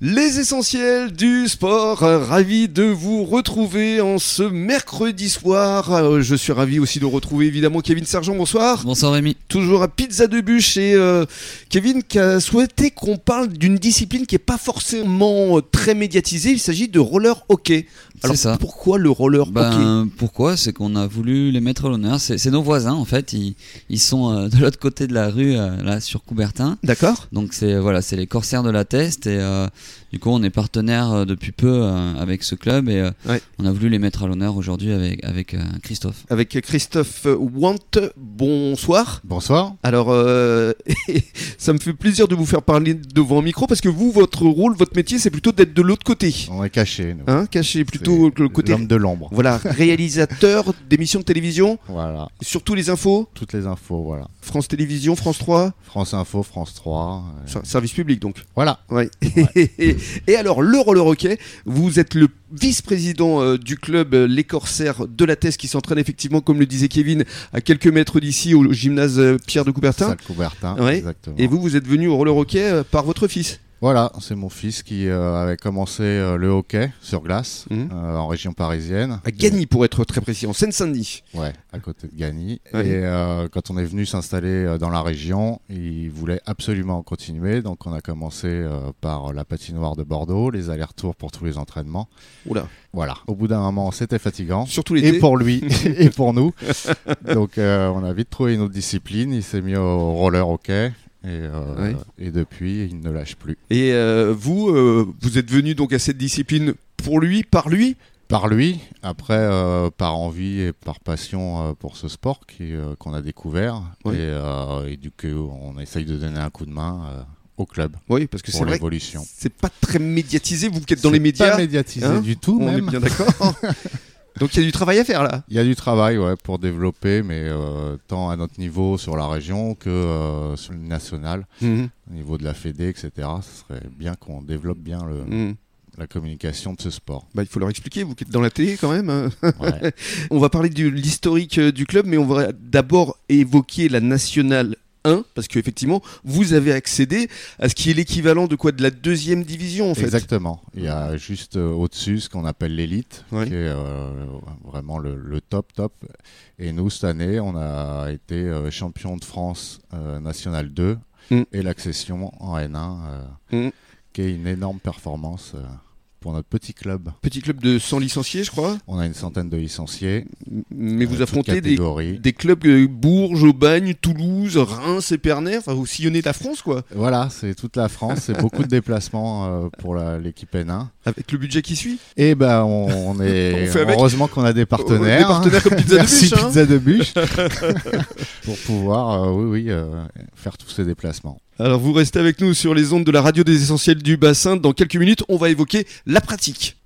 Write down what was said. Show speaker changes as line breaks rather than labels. Les essentiels du sport, euh, ravi de vous retrouver en ce mercredi soir. Euh, je suis ravi aussi de retrouver évidemment Kevin Sergent, bonsoir.
Bonsoir Rémi.
Toujours à Pizza de Bûche et euh, Kevin qui a souhaité qu'on parle d'une discipline qui n'est pas forcément euh, très médiatisée, il s'agit de roller hockey. Alors
C'est ça.
pourquoi le roller hockey
Ben, pourquoi C'est qu'on a voulu les mettre à l'honneur. C'est c'est nos voisins en fait. Ils, ils sont euh, de l'autre côté de la rue, euh, là sur Coubertin.
D'accord
Donc c'est euh, voilà, c'est les corsaires de la Teste et euh, du coup on est partenaire euh, depuis peu euh, avec ce club et euh,
Ouais.
on a voulu les mettre à l'honneur aujourd'hui avec avec euh, Christophe.
Avec Christophe Want, bonsoir.
Bonsoir.
Alors, euh, ça me fait plaisir de vous faire parler devant un micro parce que vous, votre rôle, votre métier, c'est plutôt d'être de l'autre côté.
On est caché, nous.
Hein, caché plutôt
C'est
le côté.
L'homme de l'ombre.
Voilà, réalisateur d'émissions de télévision,
Voilà.
surtout les infos,
Toutes les infos, voilà.
France Télévisions, France 3,
France Info, France 3. euh,
ser- service public donc.
Voilà.
Ouais. Et alors, le roller hockey, vous êtes le vice-président euh, du club euh, Les Corsaires de la Thèse qui s'entraîne effectivement, comme le disait Kevin, à quelques mètres d'ici au gymnase euh, Pierre de Coubertin.
Salle Coubertin.
Ouais.
Exactement.
Et vous, vous êtes venu au roller hockey euh, par votre fils.
Voilà, c'est mon fils qui euh, avait commencé euh, le hockey sur glace
Mhm.
euh, en région parisienne.
À Gagny, pour être très précis, en Seine-Saint-Denis.
Ouais, à côté de Gagny.
Ouais.
Et euh, quand on est venu s'installer euh, dans la région, il voulait absolument continuer. Donc on a commencé euh, par la patinoire de Bordeaux, les allers-retours pour tous les entraînements.
Oula.
Voilà. Au bout d'un moment, c'était fatigant.
Surtout
et
l'été.
pour lui et pour nous. Donc euh, on a vite trouvé une autre discipline. Il s'est mis au roller hockey. Et, euh,
Oui.
et depuis, il ne lâche plus.
Et euh, vous, euh, vous êtes venu donc à cette discipline pour lui, par lui
Par lui, après euh, par envie et par passion euh, pour ce sport qui, euh, qu'on a découvert.
Oui.
Et, euh, et du coup, on essaye de donner un coup de main euh, au club
Oui, parce que c'est
pour
vrai que
l'évolution.
c'est pas très médiatisé, vous qui êtes dans les
C'est
médias.
Pas médiatisé
hein,
du tout,
on
même.
est bien d'accord. donc il y a du travail à faire là.
Il y a du travail ouais, pour développer, mais euh, tant à notre niveau sur la région que euh, sur le national.
Mhm.
au niveau de la Fédé, etc. Ce serait bien qu'on développe bien le-
Mhm.
la communication de ce sport.
Bah, il faut leur expliquer, vous qui êtes dans la télé quand même. hein.
Ouais.
On va parler de l'historique euh, du club, mais on va d'abord évoquer la nationale 1, parce qu'effectivement, vous avez accédé à ce qui est l'équivalent de quoi De la deuxième division en fait.
Exactement. Il y a juste euh, au-dessus ce qu'on appelle l'élite,
Oui.
qui est euh, vraiment le, le top top. Et nous, cette année, on a été euh, champion de France euh, National 2
Mhm.
et l'accession en N1, euh,
Mhm.
qui est une énorme performance euh, pour notre petit club.
Petit club de 100 licenciés, je crois.
On a une centaine de licenciés.
Mais vous
euh, toutes
affrontez des,
catégories.
des clubs euh, Bourges, Aubagne, Toulouse, Reims, Épernay, enfin vous sillonnez la France quoi,
Voilà, c'est toute la France, c'est beaucoup de déplacements euh, pour la- l'équipe N1.
avec le budget qui suit.
Et ben on, on est
On fait avec.
heureusement qu'on a des partenaires.
Des partenaires comme Pizza de
Merci
Bûche, hein.
Pizza de Bûche pour pouvoir euh, oui oui euh, faire tous ces déplacements.
Alors vous restez avec nous sur les ondes de la radio des essentiels du bassin. Dans quelques minutes, on va évoquer la pratique.